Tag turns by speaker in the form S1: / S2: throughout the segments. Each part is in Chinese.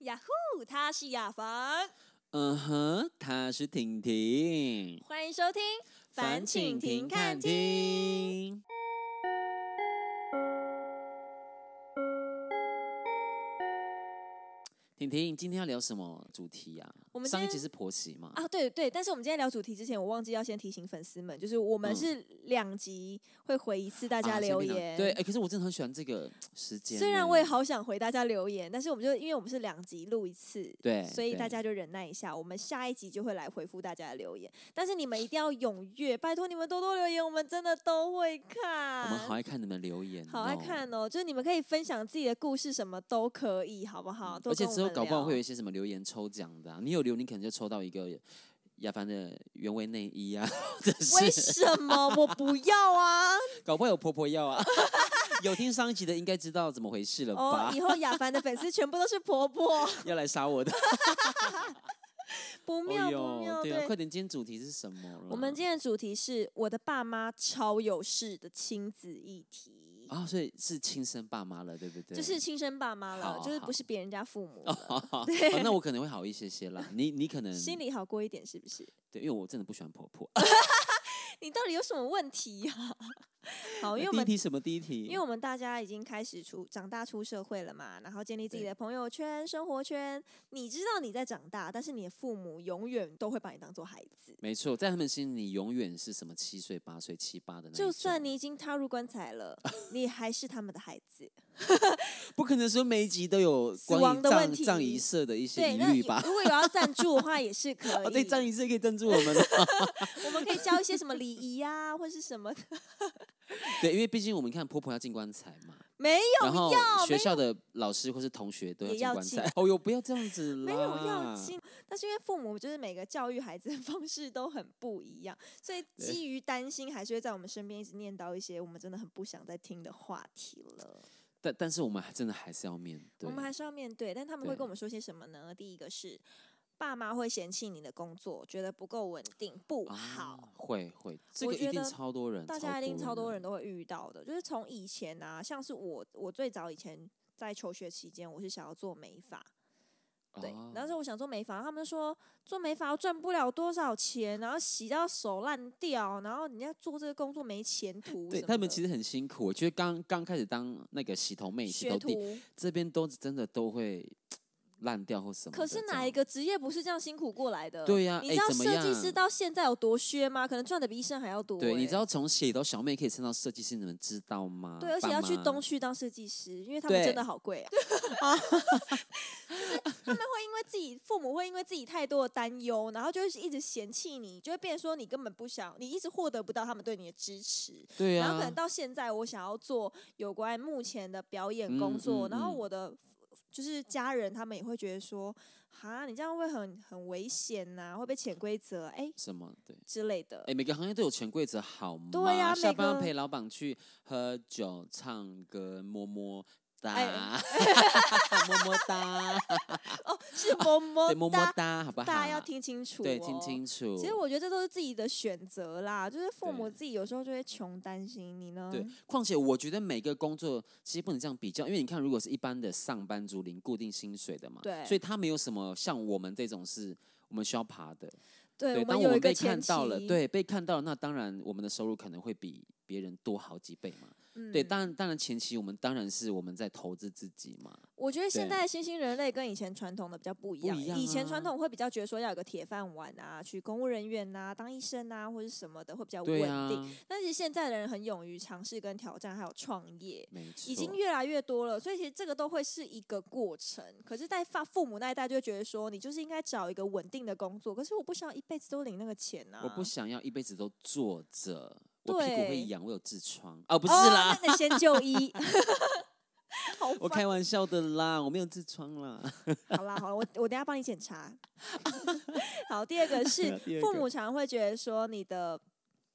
S1: 呀呼，他是亚凡，
S2: 嗯哼，他是婷婷，
S1: 欢迎收听《烦请停看听》。
S2: 听。婷婷，今天要聊什么主题呀、啊？
S1: 我们今
S2: 上一
S1: 天
S2: 集是婆媳嘛？
S1: 啊，对对，但是我们今天聊主题之前，我忘记要先提醒粉丝们，就是我们
S2: 嗯
S1: 是两集会回一次大
S2: 大
S1: 家留言，
S2: 对，哎、可是我真的很喜欢这个时间呢。
S1: 虽然我也好想回大家留言，但是我们就因为我们是两集录一次，
S2: 对
S1: 所以
S2: 对
S1: 大家就忍耐一下，我们下一集就会来回复大家的留言。但是你们一定要踊跃，拜托你们多多留言，我们真的都会看。
S2: 我们好爱看你们留言、
S1: 好爱。看哦，就是你们可以分享自己的故事，什么都可以，好不好？多
S2: 而且
S1: 跟我
S2: 之后
S1: 们
S2: 搞不好
S1: 聊
S2: 会有一些什么留言抽奖的、啊，你有留，你可能就抽到一个亚凡的原味内衣啊，这
S1: 为
S2: 是
S1: 什么我不要啊？
S2: 搞不好有婆婆要 啊。有听上一集的应该知道怎么回事了吧？
S1: 哦，以后雅凡的粉丝全部都是婆婆，
S2: 要来 杀我的！
S1: 不妙
S2: 哎
S1: 不妙，
S2: 呦，对啊，快嗯点，今天主题是什么啦？
S1: 我们今天的主题是我的爸妈超有事的亲子议题。
S2: 啊、所以是亲生爸妈了，对不对？
S1: 就是亲生爸妈了，
S2: 好
S1: 就是
S2: 好
S1: 不是别人家父母了，
S2: 哦，嗯那我可能会好一些些啦。你你可能
S1: 心里好哦过一点是不是？
S2: 对，因为我真的不喜欢婆婆。
S1: 你到底有什么问题呀、 好，因为我
S2: 呃 第一
S1: 们
S2: 题什么第一题？
S1: 因为我们大家已经开始出长大出社会了嘛，然后建立自己
S2: 对
S1: 的朋友圈、生活圈，你知道你在长大，但是你的父母永远都会把你当做孩子。
S2: 没错，在他们心里永远是什么七岁、八岁、七八的那一种。
S1: 就算你已经踏入棺材了，你还是他们的孩 子。
S2: 不可能说每一集都有关于
S1: 亡的
S2: 葬
S1: 问题
S2: 葬仪社的一些
S1: 对，
S2: 疑
S1: 那
S2: 虑
S1: 有
S2: 吧。
S1: 如果有要赞助的话，也 是可
S2: 哦，
S1: 以。
S2: 对，葬仪社可以赞助 我们了。
S1: 我们可以教一些什么礼仪呀，或是什么的。
S2: 对，因为毕竟我们看婆婆要进棺材嘛，
S1: 没
S2: 然后
S1: 要没
S2: 学校的老师或是同学都要
S1: 也
S2: 进
S1: 要
S2: 棺
S1: 进
S2: 材。哦哟，不要这样子啦！
S1: 没有要亲，但是因为父母就是每个教育孩子的方式都很不一样，所以
S2: 对
S1: 基于担心，还是会在我们身边一直念叨一些我们真的很不想再听的话题了。
S2: 但但是我们还真的还是要面对。
S1: 我们还是要面对，但他们会
S2: 对
S1: 跟我们说些什么呢？第一个是。爸妈会嫌弃你的工作，觉得不够稳定，不好。
S2: 啊、会会，这
S1: 我
S2: 个
S1: 觉
S2: 一定
S1: 得
S2: 超多人，
S1: 大家一定超多人
S2: 的。
S1: 都会遇到的，就是从以前啊，像是我，我最早以前在求学期间，我是想要做美发，对，那时
S2: 哦
S1: 候我想做美发，他们说做美发赚不了多少钱，然后洗到手烂掉，然后人家做这个工作没前途什么的。
S2: 对他们其实很辛苦，我觉得刚刚开始当那个洗头妹、洗
S1: 学
S2: 头弟，
S1: 徒，
S2: 这边都真的都会烂掉或什么的。
S1: 可是哪一
S2: 这样？
S1: 个职业不是这样辛苦过来的？
S2: 对呀
S1: 你
S2: 哎
S1: 知道
S2: 怎么
S1: 设计师
S2: 样
S1: 到现在有多削吗？可能赚的比医生还要多、
S2: 对，你
S1: 哎
S2: 知。道从写到小妹可以升到设计师，你们知道啊吗？
S1: 对，而且
S2: 爸
S1: 要去
S2: 妈
S1: 东区当设计师，因为他们真的
S2: 对
S1: 好贵啊！ 就是他们会因为自己父母会因为自己太多的担忧，然后就是一直嫌弃你，就会变成说你根本不想，你一直获得不到他们对你的支持。
S2: 对
S1: 然后可能
S2: 啊，
S1: 到现在，我想要做有关目前的表演工
S2: 嗯
S1: 作，
S2: 嗯
S1: 然后
S2: 嗯
S1: 我的就是家人他们也会觉得说，哈，你这样会很很危险呐、会被潜规则哎、
S2: 什么对。
S1: 之类的。
S2: 哎，每个行业都有潜规则，好吗？
S1: 对呀
S2: 下
S1: 每
S2: 班
S1: 个
S2: 要陪老板去喝酒、唱歌、么么哒，
S1: 哎
S2: 么么 哒，
S1: 哦，是么
S2: 啊对，
S1: 么哒
S2: 么么，哒，好不好？
S1: 大家要听清楚、哦，
S2: 对，听清楚。
S1: 其实我觉得这都是自己的选择啦，就是父母
S2: 对
S1: 自己有时候就会穷担心你呢。
S2: 对，况且我觉得每个工作其实不能这样比较，因为你看，如果是一般的上班族领固定薪水的嘛，
S1: 对
S2: 所以他没有什么像我们这种是我们需要爬的，
S1: 对我
S2: 当
S1: 们
S2: 我
S1: 有一
S2: 们
S1: 个
S2: 被
S1: 前
S2: 看
S1: 期，
S2: 到了，，对，被看到了，那当然我们的收入可能会比别人多好几倍嘛，
S1: 嗯
S2: 对，当然当然前期我们当然是我们在投资自己嘛，
S1: 我觉得现
S2: 对
S1: 在的新兴人类跟以前传统的比较不一
S2: 不
S1: 样欸。
S2: 一样
S1: 以前
S2: 啊
S1: 传统会比较觉得说要有个铁饭碗啊，去公务人员呐、当医生啊，或者什么的会比较稳
S2: 对
S1: 定。
S2: 啊，
S1: 但是现在的人很勇于尝试跟挑战，还有创业。
S2: 没错，
S1: 已经越来越多了，所以其实这个都会是一个过程。可是，在父父母那一代就会觉得说，你就是应该找一个稳定的工作。可是我不想要一辈子都领那个钱啊！
S2: 我不想要一辈子都坐着，我屁股
S1: 对
S2: 会痒，我有痔疮，哦，不
S1: 不
S2: 是啦。
S1: 那得先就 医。好
S2: 我
S1: 烦
S2: 开玩笑的啦，我没有痔疮啦。
S1: 好啦，好啦，我我等一下帮你检查。 好，第二个是
S2: 第二
S1: 父
S2: 个
S1: 母常会觉得说你的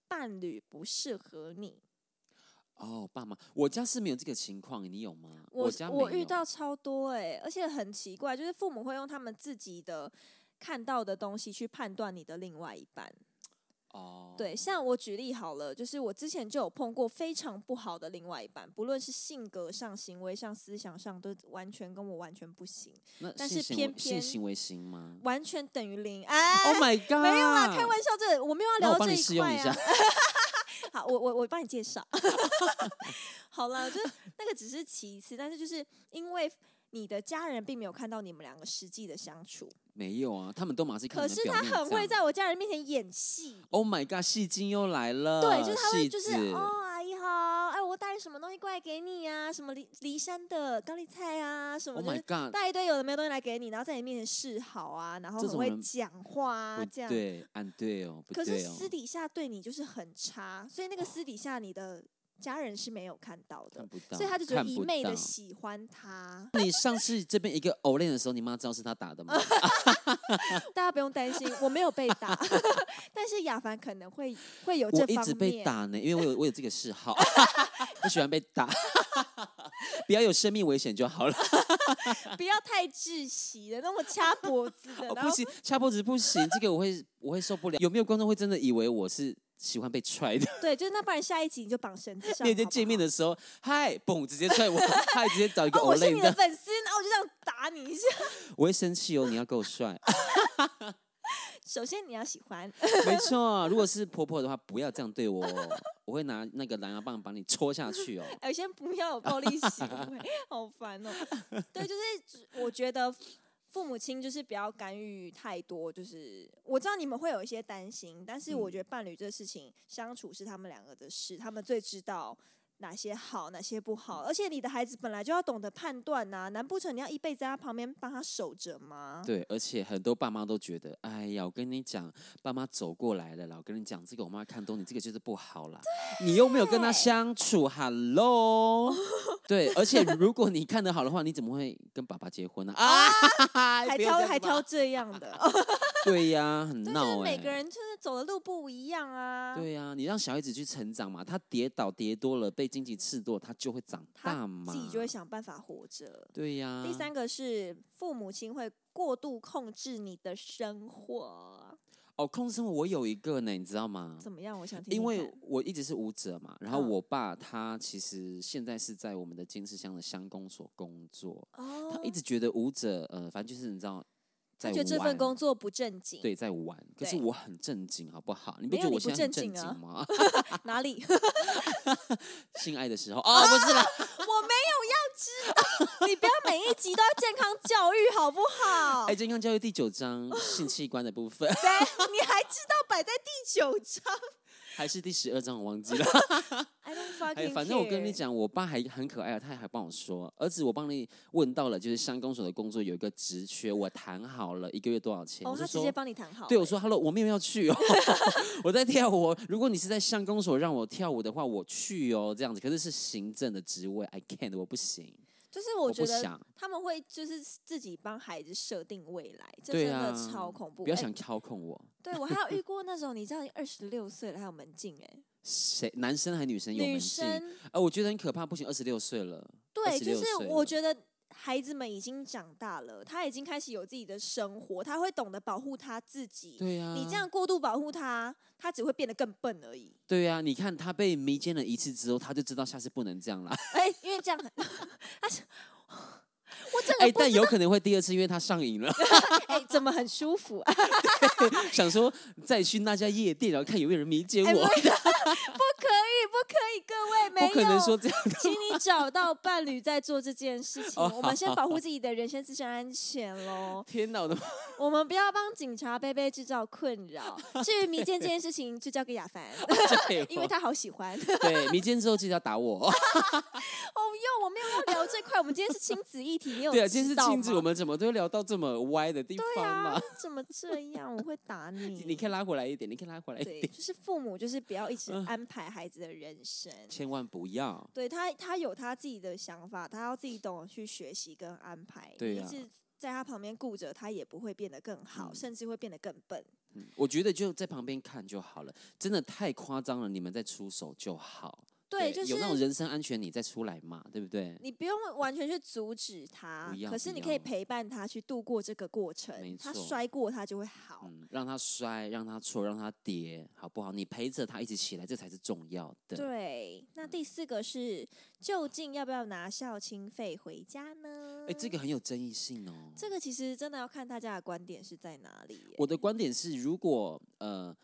S1: 伴侣不适合你。
S2: 哦，爸妈，我家是没有这个情况，你有吗？
S1: 我
S2: 家
S1: 我
S2: 没
S1: 遇
S2: 有
S1: 到超多哎、而且很奇怪，就是父母会用他们自己的看到的东西去判断你的另外一半。
S2: 哦，
S1: 对，像我举例好了，就是我之前就有碰过非常不好的另外一半，不论是性格上、行为上、思想上，都完全跟我完全不行，
S2: 那
S1: 但
S2: 性
S1: 是
S2: 行
S1: 偏
S2: 为性
S1: 偏
S2: 行为行吗
S1: 完全等于零。哎、
S2: ？Oh my god！
S1: 没有啦，开玩笑，这我没有
S2: 那
S1: 要聊
S2: 我
S1: 到
S2: 帮
S1: 这
S2: 你
S1: 一
S2: 试用
S1: 块
S2: 一下
S1: 啊。。 好，我我我帮你介绍。 好了，就是那个只是其次，但是就是因为你的家人并没有看到你们两个实际的相处，
S2: 没有啊，他们都马是
S1: 可
S2: 能
S1: 是
S2: 表
S1: 他
S2: 面
S1: 很
S2: 这
S1: 会
S2: 样。
S1: 在我家人面前演戏。
S2: Oh my god！戏精又来了，
S1: 对，就是他会
S2: 呃戏
S1: 就是
S2: 子
S1: 哦，阿姨好，哎，我带了什么东西过来给你啊？什么骊骊山的高丽菜啊，什么
S2: Oh
S1: 就
S2: my
S1: 是
S2: god！
S1: 带一堆有的没有东西来给你，然后在你面前示好啊，然后
S2: 这
S1: 很
S2: 种
S1: 会
S2: 人
S1: 讲话啊，这
S2: 不
S1: 样。
S2: 对，俺对哦，不
S1: 可是
S2: 对哦
S1: 私，底下对你就是很差，所以那个私底下你的家人是没有看到的
S2: 看，不到，
S1: 所以他就只有
S2: 看
S1: 一
S2: 不
S1: 昧的
S2: 到
S1: 喜欢他。
S2: 你上次这边一个偶练的时候，你妈知道是他打的吗？
S1: 大家不用担心，我没有被 打，但是亚凡可能会会有哦这
S2: 我
S1: 方
S2: 一
S1: 面。
S2: 直被打呢，因为我有我有这个 嗜好，我喜欢被打， 不要有生命危险就好了。
S1: 不要太窒息的，那么掐脖子 的，
S2: 哦，
S1: 然后
S2: 不行，掐脖子不行，这个我会我会受不了。有没有观众会真的以为我是喜欢被踹的？
S1: 对，就是那不然下一集你就绑绳子上。
S2: 那天
S1: 好不
S2: 见面
S1: 好
S2: 的时候，嗨，嘣，直接踹我， 嗨，直接找一个
S1: 哦，
S2: 偶
S1: 我是
S2: 练
S1: 你的
S2: 的，
S1: 粉丝，然后我就这样打你一下。
S2: 我会生气哦。你要够帅，
S1: 首先你要喜欢，
S2: 没错。如果是婆婆的话，不要这样对我哦，我会拿那个狼牙棒把你戳下去哦。
S1: 哎，先不要有暴力行为，好烦哦。对，就是我觉得父母亲就是不要干预太多，就是我知道你们会有一些担心，但是我
S2: 嗯
S1: 觉得伴侣这事情相处是他们两个的事，他们最知道。哪些好，哪些不好？而且你的孩子本来就要懂得判断呐、难不成你要一辈子在他旁边帮他守着吗？
S2: 对，而且很多爸妈都觉得，哎呀，我跟你讲，爸妈走过来了啦，我跟你讲，这个我妈看多你，这个就是不好啦。你又没有跟她
S1: 对
S2: 相处，hello，对， 而且如果你看得好的话，你怎么会跟爸爸结 婚呢、啊？啊，
S1: 还
S2: 不要
S1: 挑
S2: 这样
S1: 还
S2: 子
S1: 挑
S2: 嘛，
S1: 这样的，
S2: 对呀、很
S1: 对， 就是
S2: 闹哎、
S1: 每个人就是走的路不一样啊。
S2: 对呀、你让小孩子去成长嘛，他跌倒跌多了，被荆棘刺多，他就会长大
S1: 他
S2: 嘛，
S1: 自己就会想办法活着。
S2: 对呀、
S1: 第三个是父母亲会过度控制你的生活，
S2: 哦，控制生活我有一个呢，你知道吗？
S1: 怎么样？我想听听
S2: 因
S1: 看。
S2: 为我一直是舞者嘛，然后
S1: 嗯
S2: 我爸他其实现在是在我们的金石乡的乡公所工作，
S1: 哦
S2: 他，一直觉得舞者呃，反正就是你知道，在
S1: 他觉
S2: 玩
S1: 得这份工作不正经，
S2: 对在玩，可是
S1: 对
S2: 我很正经，好不好？你不
S1: 没有
S2: 觉得
S1: 你
S2: 我
S1: 不
S2: 现在很
S1: 正
S2: 正
S1: 经啊
S2: 经吗？
S1: 哪里？
S2: 性爱的 时候啊，不是啦，
S1: 我没有要知道，你不要每一集都要健康教育好不好？
S2: 哎，健康教育第九章性器官的部分
S1: 谁？ 你还知道摆在第九章
S2: 还是第十二章我忘记了，
S1: ？I don't fucking
S2: 哎，反正我跟你
S1: care，
S2: 讲，我爸还很可爱啊，他还帮我说，儿子，我帮你问到了，就是乡公所的工作有一个职缺，我谈好了，一个月多少钱？
S1: 哦，
S2: 我
S1: 他
S2: 就
S1: 直
S2: 说
S1: 接帮你谈好。
S2: 对我说：“Hello，我没有要去哦， 我在跳舞。如果你是在相公所让我跳舞的话，我去哦，这样子。可是是行政的职位，I can't，我不行，
S1: 就是
S2: 我
S1: 我觉
S2: 不
S1: 得
S2: 想，
S1: 他们会就是自己帮孩子设定未来，这
S2: 对
S1: 真
S2: 啊
S1: 的超恐怖。
S2: 不要
S1: 哎
S2: 想操控我。
S1: 对我还有遇过那种，你知道，二十六岁了还有门禁哎、
S2: 谁男生还女生有
S1: 女
S2: 门禁？
S1: 生
S2: 啊，我觉得很可怕，不行，二十六岁了，
S1: 对，就
S2: 26
S1: 是
S2: 岁
S1: 我
S2: 了
S1: 觉得孩子们已经长大了，他已经开始有自己的生活，他会懂得保护他自己。
S2: 对呀、啊
S1: 你这样，过度保护他，他只会变得更笨而已。
S2: 对呀、你看他被迷奸了一次之后，他就知道下次不能这样了。
S1: 哎、因为这样很，他是我 整
S2: 哎、
S1: 个不
S2: 但有可能会第二次，因为他上瘾了，
S1: 哎、怎么很舒服啊？
S2: 想说再去那家夜店，然后看有没有人迷奸
S1: 哎、不
S2: 我。
S1: 可以，不可以，各位没
S2: 不
S1: 有，
S2: 可能说这样
S1: 请你找到伴侣在做这件事情。
S2: 哦
S1: 我们先保护自己的人身自身安全喽，
S2: 天哪，我的妈！
S1: 我们不要帮警察贝贝制造困扰。至于迷奸这件事情，就交给亚凡，
S2: 对
S1: 因为他好喜欢。 哦
S2: 对迷奸之后记得要打我。
S1: 哟，我没有要聊这块，我们今天是亲子议题，你有
S2: 对啊，今天
S1: 知
S2: 是
S1: 道
S2: 禁止，
S1: 吗
S2: 我们怎么都聊到这么歪的地
S1: 对
S2: 方啊
S1: 啊？，怎么这样？我会打你。
S2: 你可以拉回来一点，你可以嗯拉回来一
S1: 对，
S2: 点，
S1: 就是父母就是不要一直安排孩子的人生。
S2: 千万不要。
S1: 对他，他有他自己的想法，他要自己懂得去学习跟安排。
S2: 对
S1: 你一
S2: 啊
S1: 直在他旁边顾着，他也不会变得更好，
S2: 嗯
S1: 甚至会变得更笨。
S2: 嗯我觉得就在旁边看就好了，真的太夸张了，你们再出手就好。
S1: 对，就是
S2: 有那种人身安全，你再出来嘛，对不对？
S1: 你不用完全去阻止他
S2: 不，要
S1: 可是
S2: 不
S1: 你可以
S2: 要
S1: 陪伴他去度过这个过
S2: 没
S1: 程。他
S2: 错
S1: 摔过，他就会好。
S2: 嗯，让他摔，让他错，让他跌，好不好？你陪着他一起起来，这才是重要的。
S1: 对，那第四个是究竟要不要拿孝亲费回家呢？
S2: 哎、这个很有争议性哦。
S1: 这个其实真的要看大家的观点是在哪里耶。
S2: 我的观点是，如果呃，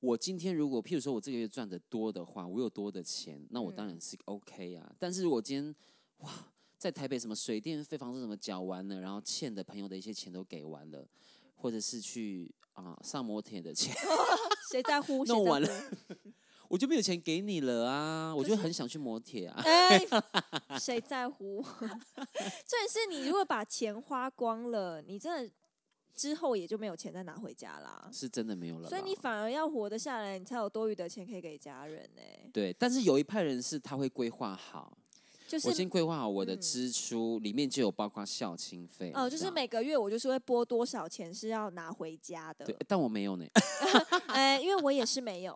S2: 我今天如果譬如说我这个月赚的多的话，我有多的钱，那我
S1: 嗯
S2: 当然是 OK 啊。但是我今天哇，在台北什么水电费、房租什么缴完了，然后欠的朋友的一些钱都给完了，或者是去啊、上摩铁的钱，
S1: 谁在乎？谁
S2: 弄
S1: 在
S2: 完了
S1: 乎
S2: 我就没有钱给你了啊！我
S1: 可
S2: 就是很想去摩铁啊。
S1: 哎，谁在乎？ 重点是你如果把钱花光了，你真的之后也就没有钱再拿回家啦。
S2: 是真的没有了啦，
S1: 所以你反而要活得下来，你才有多余的钱可以给家人呢、
S2: 对，但是有一派人是他会规划好，
S1: 就
S2: 我先
S1: 是
S2: 规划好我的
S1: 嗯
S2: 支出，里面就有包括孝亲费了
S1: 哦，就
S2: 这
S1: 是
S2: 样
S1: 每个月我就是会拨多少钱是要拿回家的
S2: 对。，但我没有呢，
S1: 哎，因为我也是没有，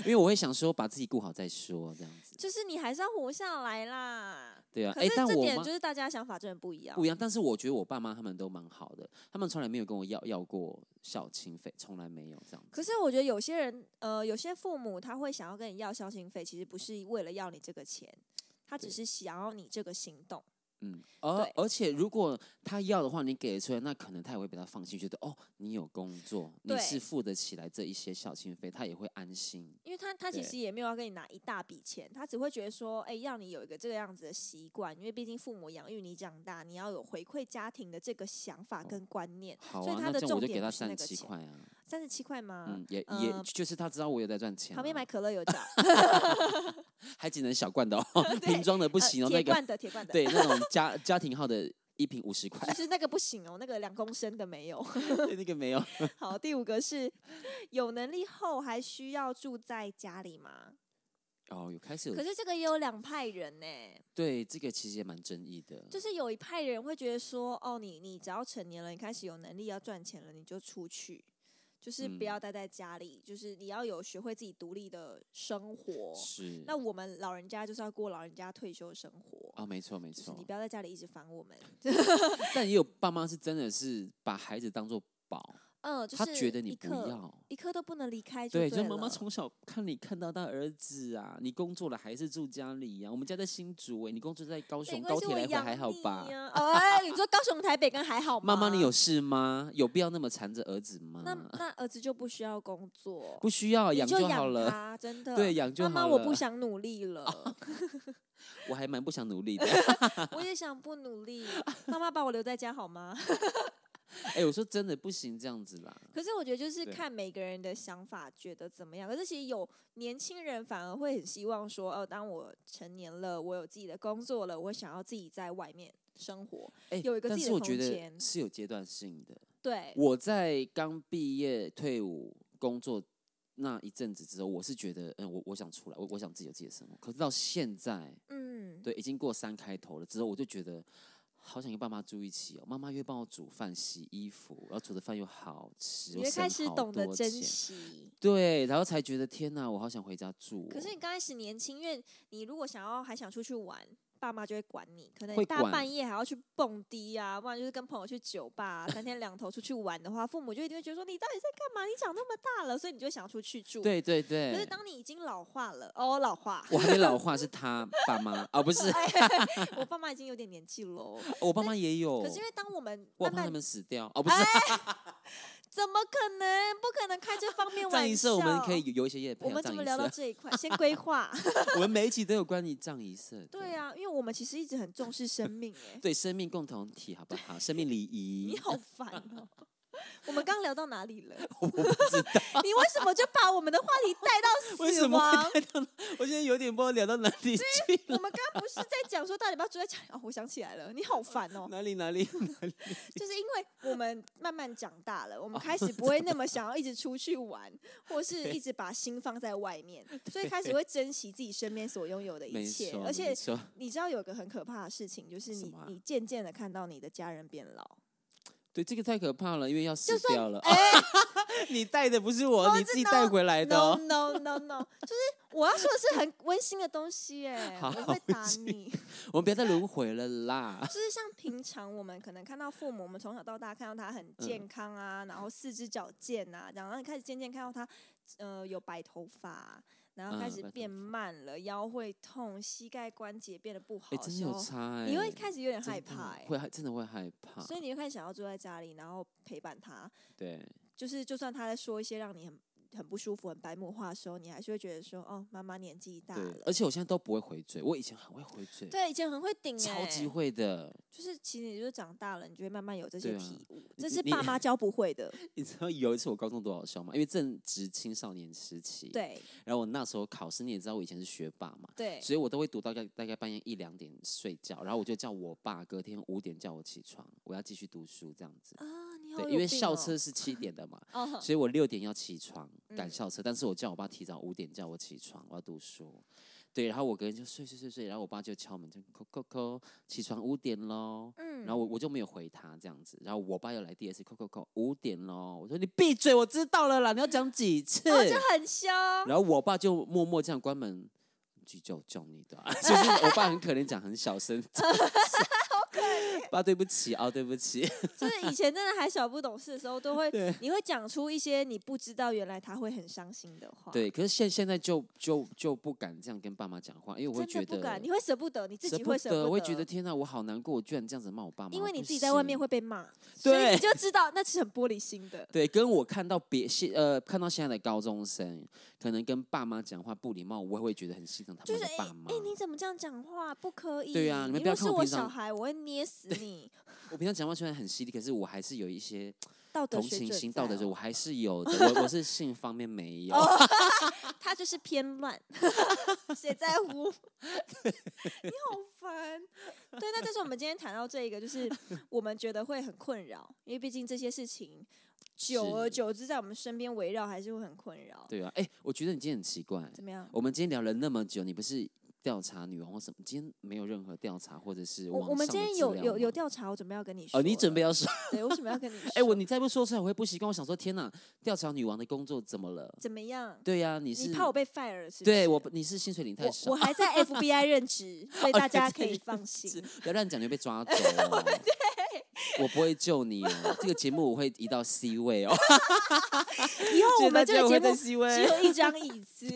S2: 因为我会想说把自己顾好再说这样子，
S1: 就是你还是要活下来啦。
S2: 对啊，
S1: 可
S2: 哎、
S1: 是
S2: 但
S1: 这
S2: 我
S1: 点
S2: 妈
S1: 就是大家想法真的不一样
S2: 不。一样，但是我觉得我爸妈他们都蛮好的，他们从来没有跟我要要过孝亲费，从来没有这样子。
S1: 可是我觉得有些人，呃，有些父母他会想要跟你要孝心费，其实不是为了要你这个钱，他只
S2: 对
S1: 是想要你这个行动。
S2: 嗯，而
S1: 对
S2: 而且如果他要的话，你给得出来，那可能他也会比较放心，觉得哦，你有工作，你
S1: 对
S2: 是付得起来这一些孝亲费，他也会安心。
S1: 因为他他其
S2: 对
S1: 实也没有要跟你拿一大笔钱，他只会觉得说，哎、让你有一个这个样子的习惯，因为毕竟父母养育你长大，你要有回馈家庭的这个想法跟观念。
S2: 好
S1: 所以
S2: 啊，
S1: 他
S2: 那
S1: 的
S2: 这样
S1: 重
S2: 我就给
S1: 点
S2: 他
S1: 不是那
S2: 三
S1: 个
S2: 七
S1: 钱
S2: 块啊。
S1: 三十七块吗？
S2: 嗯，也
S1: 呃
S2: 也就是他知道我有在赚钱啊，
S1: 旁边买可乐有找，，
S2: 还只能小罐的哦
S1: 对
S2: 瓶装的不
S1: 不
S2: 行哦，
S1: 铁
S2: 那个
S1: 罐的铁罐的，
S2: 对 那种家家庭号的一瓶五十块
S1: 就，是那个不行哦，那个两公升的没有。
S2: 对 那个没有。
S1: 好，第五个是有能力后还需要住在家里吗？
S2: 哦，有开始有
S1: 可是这个也有两派人呢、
S2: 对这个其实也蛮争议的，
S1: 就是有一派人会觉得说，哦，你你只要成年了，你开始有能力要赚钱了，你就出去，就是不
S2: 嗯
S1: 要待在家里，就是你要有学会自己独立的生活。
S2: 是
S1: 那我们老人家就是要过老人家退休生活，
S2: 啊，没错没
S1: 就是
S2: 错
S1: 你，不要在家里一直烦我们。
S2: 但也有爸妈是真的是把孩子当做宝，
S1: 嗯，就
S2: 他
S1: 是
S2: 觉得你
S1: 一
S2: 不
S1: 刻
S2: 要。
S1: 一刻都不能离开就
S2: 对，
S1: 对，
S2: 就妈妈。从小看你看到大儿子啊，你工作了还是住家里啊呀、我们家在新竹哎、你工作在高
S1: 没
S2: 雄，
S1: 关
S2: 高
S1: 系，
S2: 铁
S1: 我
S2: 来回
S1: 养
S2: 还好吧
S1: 你？ 呀哦，哎，你说高雄、台北跟还好吗？
S2: 妈妈，你有事吗？有必要那么缠着儿子吗？
S1: 那那儿子就不需要工作，
S2: 不需要
S1: 你
S2: 养
S1: 就
S2: 好
S1: 养
S2: 了。
S1: 他，真的。
S2: 对养就
S1: 妈妈，
S2: 好
S1: 我 不
S2: 了
S1: 想努力了，
S2: 我还蛮不想努力的。
S1: 我也想不努 力。妈妈把我留在家好吗？
S2: 哎、我说真的不行这样子啦。
S1: 可是我觉得就是
S2: 对
S1: 看每个人的想法，觉得怎么样。可是其实有年轻人反而会很希望说，哦，当我成年了，我有自己的工作了，我想要自己在外面生活。
S2: 哎、
S1: 有一个
S2: 但
S1: 自己
S2: 是
S1: 的
S2: 我觉
S1: 空
S2: 得
S1: 间
S2: 是有阶段性的。
S1: 对，
S2: 我在刚毕业退伍工作那一阵子之后，我是觉得，嗯，我我想出来，我我想自己有自己的生活。可是到现在，
S1: 嗯，
S2: 对，已经过三开头了之后，我就觉得好想跟爸妈住一起哦。妈妈又帮我煮饭、洗衣服，然后煮的饭又好吃，
S1: 你
S2: 又
S1: 会开
S2: 省
S1: 始
S2: 好
S1: 懂得
S2: 多
S1: 珍
S2: 钱
S1: 惜。
S2: 对，然后才觉得天哪，我好想回家住哦、
S1: 可是你刚开始年轻，因为你如果想要还想出去玩，爸妈就会管你，可能
S2: 会
S1: 你大
S2: 管
S1: 半夜还要去蹦迪啊，不然就是跟朋友去酒吧、啊，三天两头出去玩的话，父母就一定会觉得说你到底在干嘛？你长那么大了，所以你就想出去住。。
S2: 对对
S1: 可
S2: 对，，
S1: 是当你已经老化了，哦，老化
S2: 我还没老化，是他爸妈啊，不
S1: 哎
S2: 是
S1: 我爸妈已经有点年纪 喽。
S2: 我爸妈也有。
S1: 可是因为当我们
S2: 我
S1: 慢
S2: 很怕哦他
S1: 慢，
S2: 们死掉哦，不是，
S1: 怎么可能？不可能开这方 面
S2: 葬
S1: 玩
S2: 仪
S1: 笑。
S2: 社我们可以。有有一些业配
S1: 我
S2: 啊，
S1: 们
S2: 葬
S1: 怎么
S2: 仪
S1: 聊到
S2: 社，
S1: 这一块？先规划。
S2: 我们每一集都有关于葬仪社的。
S1: 对啊，因为我们其实一直很重视生命、欸，
S2: 对生命共同体好不好？生命礼
S1: 你
S2: 仪，
S1: 好烦 哦。我们刚聊到哪里了？
S2: 我不知道
S1: 你为什么就把我们的话题带到
S2: 为
S1: 死
S2: 什么
S1: 亡？
S2: 会带到，我现在有点不知道聊到哪里去
S1: 我们刚刚不是在讲说到底要不要住在家里？哦，我想起来了，你好烦哦
S2: 了，。哪里哪里，
S1: 就是因为我们慢慢长大了，
S2: 哦
S1: 我们开始不会那么想要一直出去 玩，或是一直把心放在外面，所以开始会珍惜自己身边所拥有的
S2: 没
S1: 一切。
S2: 错，
S1: 而且
S2: 没错
S1: 你知道有个很可怕的事情，就是
S2: 什
S1: 你
S2: 么啊
S1: 你渐渐的看到你的家人变老。
S2: 对，这个太可怕了，因为要死
S1: 就算
S2: 掉了。
S1: 哎、
S2: 你带的不是我，你自己带回来的、
S1: no
S2: 哦。
S1: no no no，就是 我要说的是很温馨的东西哎、
S2: 好
S1: 我会打
S2: 温馨
S1: 你。
S2: 我们不要再轮回了啦。
S1: 就是像平常我们可能看到父母，我们从小到大看到他很
S2: 嗯
S1: 健康啊，然后四肢矫健啊，然后你开始渐渐看到他，呃，有白头发，然后开
S2: 嗯
S1: 始
S2: 白头
S1: 变慢了，腰会痛，膝盖关节变得不好
S2: 哎、
S1: 的
S2: 真的
S1: 时
S2: 有
S1: 候，
S2: 差哎、
S1: 你会开始有点
S2: 真
S1: 害
S2: 的
S1: 怕、欸，
S2: 会啊害真的会害怕。
S1: 所以你就开始想要住在家里，然后陪伴他。
S2: 对，
S1: 就是就算他在说一些让你很很不舒服、很白目话的时候，你还是会觉得说，哦，妈妈年纪大
S2: 对，
S1: 了
S2: 而。且我现在都不会回嘴，我以前很会回嘴，
S1: 对，以前很会顶、欸，
S2: 超级会的。
S1: 就是其实你就长大了，你就会慢慢有这些
S2: 对啊
S1: 体悟，
S2: 你
S1: 这是
S2: 你
S1: 爸 妈教不会的。
S2: 你知道有一次我高中多好笑吗？因为正值青少年时期，，
S1: 对
S2: 然后我那时候考试，你也知道我以前是学霸嘛，
S1: 对，
S2: 所以我都会读到大概大概半夜一两点睡觉，然后我就叫我爸隔天五点叫我起床，我要继续读书这样子。
S1: 啊，你好有病
S2: 对，
S1: 哦，
S2: 因为校车是七点 的嘛，
S1: 哦，
S2: 所以我六点要起床赶
S1: 嗯
S2: 校车，但是我叫我爸提早五点叫我起床，我要读书。对，然后我隔天就睡睡睡睡，然后我爸就敲门，就扣扣扣，起床五点喽。
S1: 嗯，
S2: 然后我我就没有回他这样子，然后我爸又来第二次，扣扣扣，五点喽。我说你闭嘴，我知道了啦，你要讲几次？
S1: 哦，就很 凶，
S2: 然后我爸就默默这样关门，自己叫叫你的啊、 就是我爸很可怜，讲很 小声这样子，爸对不起啊、对不起，
S1: 就是以前真的还小不懂事的时候，都 会
S2: 对
S1: 你会讲出一些你不知道原来他会很伤心的话，，
S2: 对，可是现现在就就就不敢这样跟爸妈讲话，因为我会
S1: 真
S2: 觉
S1: 的不
S2: 得
S1: 敢，你会舍不得，你自
S2: 舍
S1: 己
S2: 不
S1: 会舍不
S2: 得，我会觉得天哪，我好难过，我居然这样子骂我爸妈，
S1: 因为
S2: 不
S1: 你自己在外面
S2: 行
S1: 会被 骂，所以你
S2: 对
S1: 就知道那是很玻璃心的。
S2: 对，跟我看到别现呃看到现在的高中生，可能跟爸妈讲话不礼貌，我也会觉得很心疼他
S1: 就
S2: 们
S1: 是
S2: 的
S1: 哎
S2: 爸 妈。
S1: 哎、你怎么这样讲话？不可以！
S2: 对呀你们不要
S1: 如果
S2: 看
S1: 是
S2: 我
S1: 我小
S2: 平常
S1: 孩，我会捏死你。
S2: 我平常讲话虽然很犀利，可是我还是有一些
S1: 道德
S2: 同
S1: 水
S2: 情
S1: 准
S2: 心、
S1: 在
S2: 道德水，
S1: 哦
S2: 我还是有的。 我我是性方面没有，
S1: 啊他就是偏乱， 谁在乎？ 你好烦。对，那这是我们今天谈到这一个，就是我们觉得会很困扰，因为毕竟这些事情久而
S2: 是
S1: 久之在我们身边围绕，还是会很困扰。
S2: 对啊。哎、我觉得你今天很奇怪。
S1: 怎么样？
S2: 我们今天聊了那么久，你不是调查女王或什么？今天没有任何调查或者是
S1: 我
S2: 网
S1: 我们
S2: 上
S1: 今
S2: 的
S1: 天
S2: 资
S1: 有
S2: 料
S1: 有有
S2: 吗
S1: 调查，我准备要跟你说。
S2: 哦，你准备？要说？
S1: 对，我准备要跟你说。
S2: 哎、我你再不说出来，我会不习惯。我想说，天哪，调查女王的工作怎么了？
S1: 怎么样？
S2: 对呀、你是
S1: 你怕我被 fire 了是不是？啊
S2: 对我不你是薪水领太
S1: 我
S2: 少
S1: 我，还 在 FBI 任职，所以大
S2: 哦你还
S1: 家
S2: 在
S1: 可以
S2: 任
S1: 放心。
S2: 不要乱讲，你会被抓走、哦。我不会救你哦，这个节目我会移到 C 位哦。
S1: 以后 我们这个节
S2: 会
S1: 目
S2: 在 C
S1: 只
S2: 位。
S1: 有一张椅 子，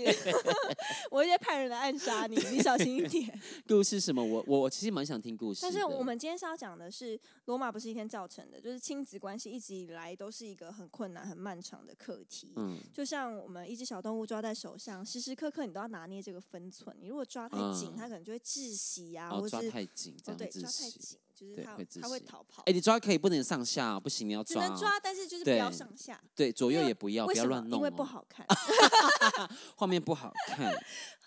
S1: 我会在派人来暗杀你，你小心一 点。
S2: 故事什么？我我我其实蛮想听故事的。
S1: 但是我们今天是要讲的是，罗马不是一天造成的，就是亲子关系一直以来都是一个很困难、很漫长的课题。
S2: 嗯，
S1: 就像我们一只小动物抓在手上，时时刻刻你都要拿捏这个分寸。你如果抓太紧，
S2: 嗯
S1: 它可能就会窒息啊，
S2: 然后
S1: 或
S2: 抓
S1: 是
S2: 太紧，这
S1: 哦
S2: 样
S1: 对，
S2: 会窒
S1: 抓太
S2: 息。
S1: 紧就是
S2: 对
S1: 它
S2: 会窒
S1: 它会
S2: 息
S1: 逃跑
S2: 哎、，你抓可以，不能上下，不行，你要
S1: 只
S2: 抓
S1: 能
S2: 哦，
S1: 抓，但是就是不
S2: 对
S1: 要上下。
S2: 对，左右
S1: 因为
S2: 也不要，
S1: 为
S2: 不
S1: 什
S2: 要
S1: 么？
S2: 乱弄、哦，
S1: 因为不，好 看。
S2: 画面不好 看。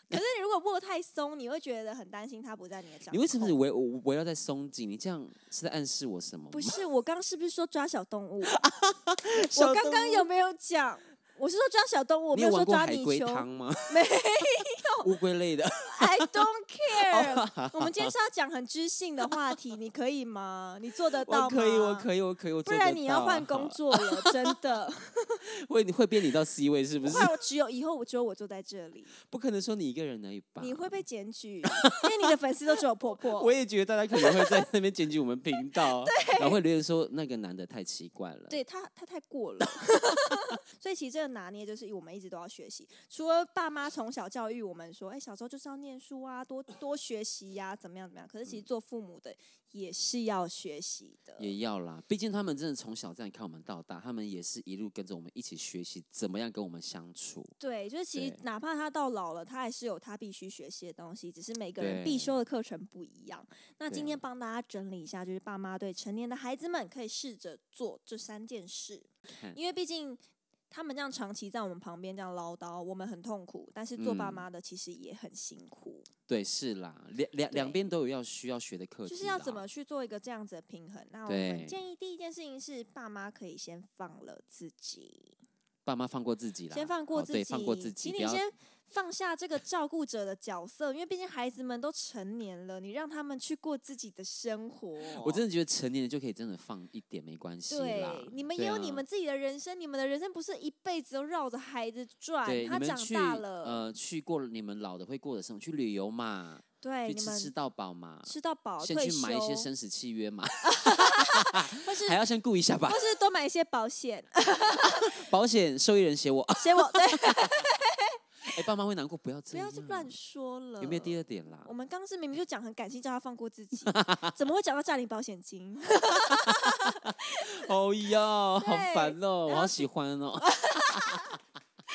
S1: 可是如果握太松，你会觉得很担心它不在你的掌控。
S2: 你为什么围我围绕在松紧？你这样是在暗示我什么吗？
S1: 不是，我刚是不是说抓小动 物？
S2: 小
S1: 我刚刚有没有讲？我是说抓小动物，我
S2: 你
S1: 没
S2: 有
S1: 说
S2: 玩过
S1: 抓
S2: 海
S1: 泥
S2: 龟
S1: 鳅。
S2: 汤吗？
S1: 没
S2: 有， 乌龟类的。
S1: I don't care。我们今天是要讲很知性的话题，你可以吗？你做得到吗？
S2: 我可以，我可以，我可以，我
S1: 不
S2: 做
S1: 然
S2: 得
S1: 你要
S2: 到
S1: 换工，作了，真的。
S2: 会会变你到 C 位 是不
S1: 不
S2: 是？
S1: 然我只有以后我只有我坐在这里，
S2: 不可能说你一个人而已吧？
S1: 你会被检举，因为你的粉丝都只有婆婆
S2: 我。也觉得大家可能会在那边检举我们频道， 然后会留言说那个男的太奇怪了。
S1: 对他，他太过了， 所以其实这个拿捏就是我们一直都要学习。除了爸妈从小教育我们说，哎、小时候就是要念书啊，多多学习呀、怎么样怎么样。可是其实做父母的也是要学习的，
S2: 嗯也要啦，毕竟他们真的从小这样看我们到大，他们也是一路跟着我们一起学习怎么样跟我们相处。
S1: 对，就是其实
S2: 对
S1: 哪怕他到老了，他还是有他必须学习的东西，只是每个人必
S2: 对
S1: 修的课程不一样。那
S2: 对
S1: 今天
S2: 啊
S1: 帮大家整理一下，就是爸妈对成年的孩子们可以试着做这三件事，
S2: 看，
S1: 因为毕竟他们这样长期在我们旁边这样唠叨，我们很痛苦，但是做爸
S2: 嗯
S1: 妈的其实也很辛苦，
S2: 对，是啦，两两
S1: 对
S2: 两边都有要需要学的课题
S1: 就
S2: 啦，
S1: 是要怎么去做一个这样子的平衡。那我们
S2: 对
S1: 建议第一件事情是，爸妈可以先放了自己。
S2: 爸妈放过自己啦，
S1: 先放过
S2: 哦
S1: 自己，
S2: 对，放过自己，
S1: 请
S2: 不
S1: 你
S2: 要
S1: 先放下这个照顾者的角色，因为毕竟孩子们都成年了，你让他们去过自己的生活。
S2: 我真的觉得成年人就可以真的放一点没关系啦
S1: 对，。你们
S2: 对
S1: 也有
S2: 啊
S1: 你们自己的人生，你们的人生不是一辈子都绕着孩子转
S2: 对，，
S1: 他
S2: 你们
S1: 长
S2: 去
S1: 大了，
S2: 呃去过了你们老的会过的生活，去旅游嘛，
S1: 对，
S2: 去
S1: 哎你
S2: 吃吃
S1: 们
S2: 到饱嘛，
S1: 吃到饱，
S2: 先
S1: 退
S2: 去买一些
S1: 休
S2: 生死契约嘛，
S1: 或是
S2: 还要先顾一下吧
S1: 或，是多买一些保 险，
S2: 保险受益人写我，
S1: 写我对，
S2: 哎，爸妈会难过，不要这
S1: 不要
S2: 样，
S1: 就乱说了。
S2: 嗯有没有第二点啦
S1: 我？们刚是明明就讲很感性，叫他放过自 己，怎么会讲到诈领保险金？
S2: 哦呀，好
S1: 对
S2: 烦哦，我
S1: 然后
S2: 好喜欢哦。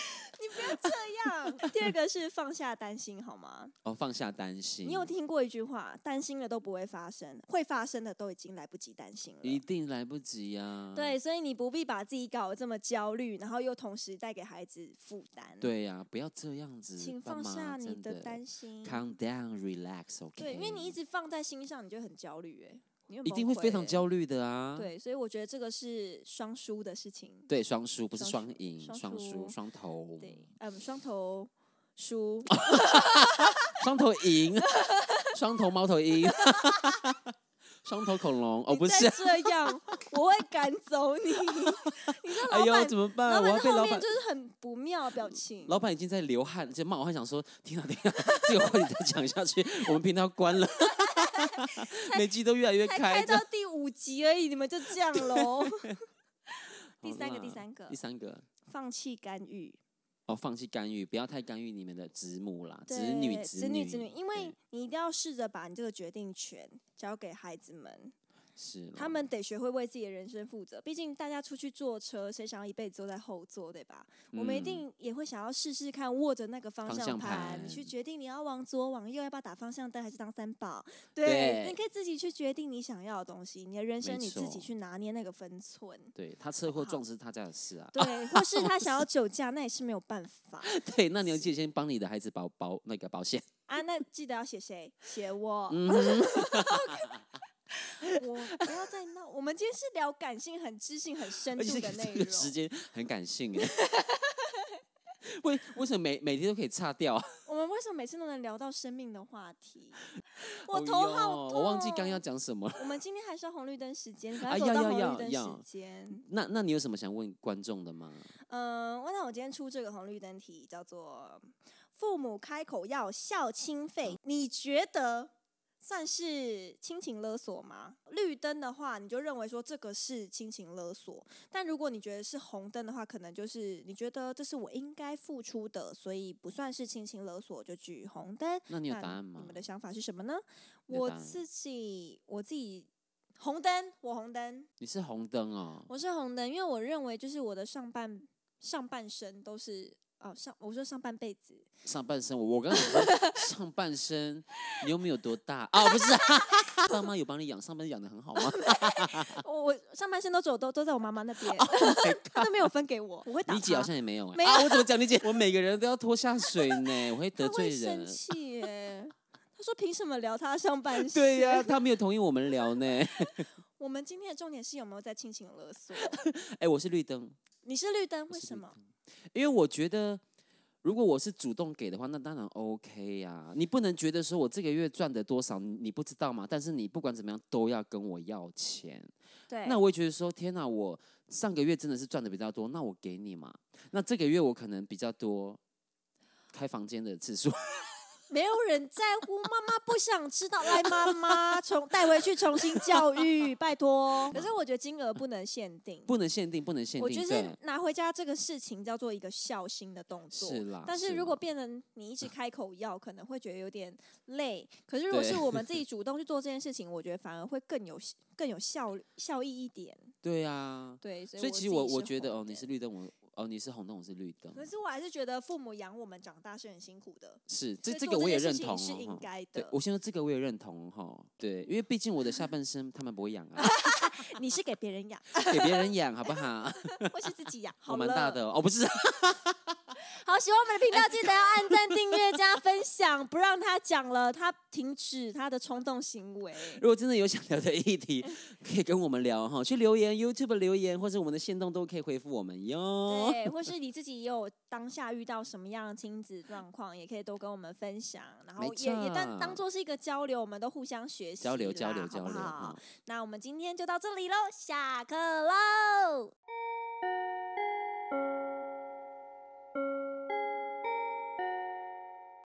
S1: 这样， 第二个是放下担心，好吗？
S2: 哦，放下担心。
S1: 你有听过一句话，担心的都不会发生，会发生的都已经来不及担心
S2: 一
S1: 了。
S2: 定来不及呀、啊。
S1: 对，所以你不必把自己搞得这么焦虑，然后又同时带给孩子负担。，
S2: 对呀、不要这样子。
S1: 请
S2: 爸
S1: 放
S2: 妈
S1: 下你
S2: 真
S1: 的担心。
S2: Calm down, relax, OK。
S1: 对，因为你一直放在心上，你就很焦虑、哎，你
S2: 一定会非常
S1: 虑、
S2: 焦虑的啊。
S1: 对，所以我觉得这个是双输的事情。
S2: 对，双输不是
S1: 双
S2: 双
S1: 输
S2: 赢，
S1: 双
S2: 双
S1: 输
S2: 输双头，
S1: 对，嗯，双头输
S2: 双头赢，双头猫头鹰， 双头恐龙哦，
S1: 你
S2: 不
S1: 再
S2: 是，
S1: 这 样，我会赶走你。 你知道
S2: 哎
S1: 老
S2: 呦
S1: 板，
S2: 怎么办？
S1: 老
S2: 我
S1: 板
S2: 要被
S1: 在后
S2: 老
S1: 面
S2: 板
S1: 就，是很不妙的表情。
S2: 老板已经在流汗，这骂我还想说，天啊，等一下，这个话你再讲下去，我们频道关 了，每集都越来越
S1: 才开
S2: 开，这
S1: 到第五集而已，你们就这 样喽。第
S2: 好
S1: 三个，第
S2: 啦
S1: 三个
S2: 第，三个，
S1: 放弃干预，
S2: 哦，放弃干预，不要太干预你们的子母啦，子女、
S1: 对
S2: 子
S1: 子女
S2: 女、
S1: 子女，因
S2: 对
S1: 为你一定要试着把你这个决定权交给孩子们，
S2: 是哦啦
S1: 他们得学会为自己的人生负责。毕竟大家出去坐车，谁想要一辈子坐在后座，对吧？我们一
S2: 嗯
S1: 定也会想要试试看，握着那个方
S2: 方
S1: 向
S2: 向
S1: 盘，你去
S2: 盘
S1: 决定你要往左往右，要不要打方向灯，还是当三宝？
S2: 对
S1: 你可以自己去决定你想要的东西，你的人生
S2: 没
S1: 你自己
S2: 错
S1: 去拿捏那个分寸。
S2: 对他车
S1: 好
S2: 祸撞是他家的事啊，
S1: 对，或是他想要酒驾，那也是没有办法
S2: 对，那你要记得先帮你的孩子保保那个保险，
S1: 啊。那记得要写谁？写我，
S2: 嗯哼，
S1: 我不要再闹。我们今天是聊感性、很知性、很深
S2: 而
S1: 度
S2: 且这
S1: 的
S2: 个
S1: 内
S2: 这个时
S1: 容。
S2: 间很感性 哎，为为什么每每天都可以擦掉啊？
S1: 我们为什么每次都能聊到生命的话题？我
S2: 哦
S1: 头好
S2: 哟
S1: 痛，
S2: 我忘记刚要。讲什么了。
S1: 我们今天还是要红绿灯时间，赶快
S2: 啊
S1: 给我
S2: 要
S1: 到
S2: 要
S1: 红
S2: 要
S1: 绿灯
S2: 要
S1: 时间。
S2: 那那你有什么想问观众的吗？
S1: 嗯，那我今天出这个红绿灯题叫做“父母开口要孝亲费”，你觉得算是亲情勒索吗？绿灯的话，你就认为说这个是亲情勒索；但如果你觉得是红灯的话，可能就是你觉得这是我应该付出的，所以不算是亲情勒索，就举红灯。
S2: 那你有
S1: 那
S2: 答案吗
S1: 你们？的想法是什么呢？
S2: 你有
S1: 我
S2: 答案
S1: 自己，我自己红灯，我红灯。
S2: 你是红灯哦，
S1: 我是红灯，因为我认为就是我的上半上半身都是哦上，我说上半辈子，
S2: 上半身我我刚刚 想说上半身你又没有多大啊，不是啊，爸妈有帮你养，上半身养的很好吗？
S1: 我我上半身都走都都在我妈妈那 边，
S2: Oh
S1: 她都没有分给我，我会打
S2: 你姐好
S1: 她，
S2: 像也没有哎、
S1: 没
S2: 啊，我怎么讲你 姐？我每个人都要拖下水呢，我会得
S1: 她会
S2: 罪
S1: 生
S2: 人。
S1: 气耶。她说凭什么聊她上半身？
S2: 对呀、她没有同意我们聊呢。
S1: 我们今天的重点是有没有在亲情勒索？
S2: 哎、我是绿灯，
S1: 你是绿灯，
S2: 我
S1: 为
S2: 是
S1: 什
S2: 绿
S1: 么？
S2: 因为我觉得如果我是主动给的话，那当然 OK 呀、你不能觉得说我这个月赚的多少，你你不知道吗？但是你不管怎么样都要跟我要钱。
S1: 对，
S2: 那我会觉得说，天哪、我上个月真的是赚的比较多，那我给你嘛。那这个月我可能比较多开房间的次数，
S1: 没有人在乎，妈妈不想知道， 来妈妈重带回去重新教育，拜托。可是我觉得金额不能限定，
S2: 不能限定，不能限
S1: 我
S2: 定。
S1: 觉
S2: 对
S1: 得拿回家这个事情叫做一个孝心的动作。
S2: 是啦
S1: 但是
S2: 是
S1: 如果
S2: 啦
S1: 变成你一直开口要，可能会觉得有点累。可是如果
S2: 对
S1: 是我们自己主动去做这件事情，我觉得反而会更有更有效效益一点。
S2: 对啊，
S1: 对，所以
S2: 所以其实我我觉得哦，你
S1: 是
S2: 是
S1: 红
S2: 绿灯，我哦你是红灯，我是绿灯
S1: 灯。，可是我还是觉得父母养我们长大是很辛苦的，
S2: 是这
S1: 所以
S2: 这
S1: 做
S2: 个我
S1: 件
S2: 也
S1: 事
S2: 认
S1: 情
S2: 同
S1: 是应
S2: 哦。哈
S1: 该
S2: 对
S1: 的，。
S2: 我现在这个我也认同哈、对，因为毕竟我的下半身他们不会养 啊，
S1: 你是给别人养，
S2: 给别人养好不好？哦
S1: 或是自己养，好
S2: 我蛮大
S1: 了
S2: 的哦，哦不是，
S1: 好，喜欢我们的频道，记得要按赞、订阅、加分享，不让他讲了，他停止他的冲动行为。
S2: 如果真的有想聊的议题，可以跟我们聊哈，去留言 YouTube 留言，或者我们的线动都可以回复我们哟。
S1: 对，或是你自己也有当下遇到什么样的亲子状况，也可以都跟我们分享，然后
S2: 没
S1: 也也当
S2: 错
S1: 当做是一个交流，我们都互相学习啦，
S2: 交流交流嗯
S1: 好
S2: 交
S1: 不
S2: 流，
S1: 好
S2: 哈
S1: 那我们今天就到这里喽，下课喽。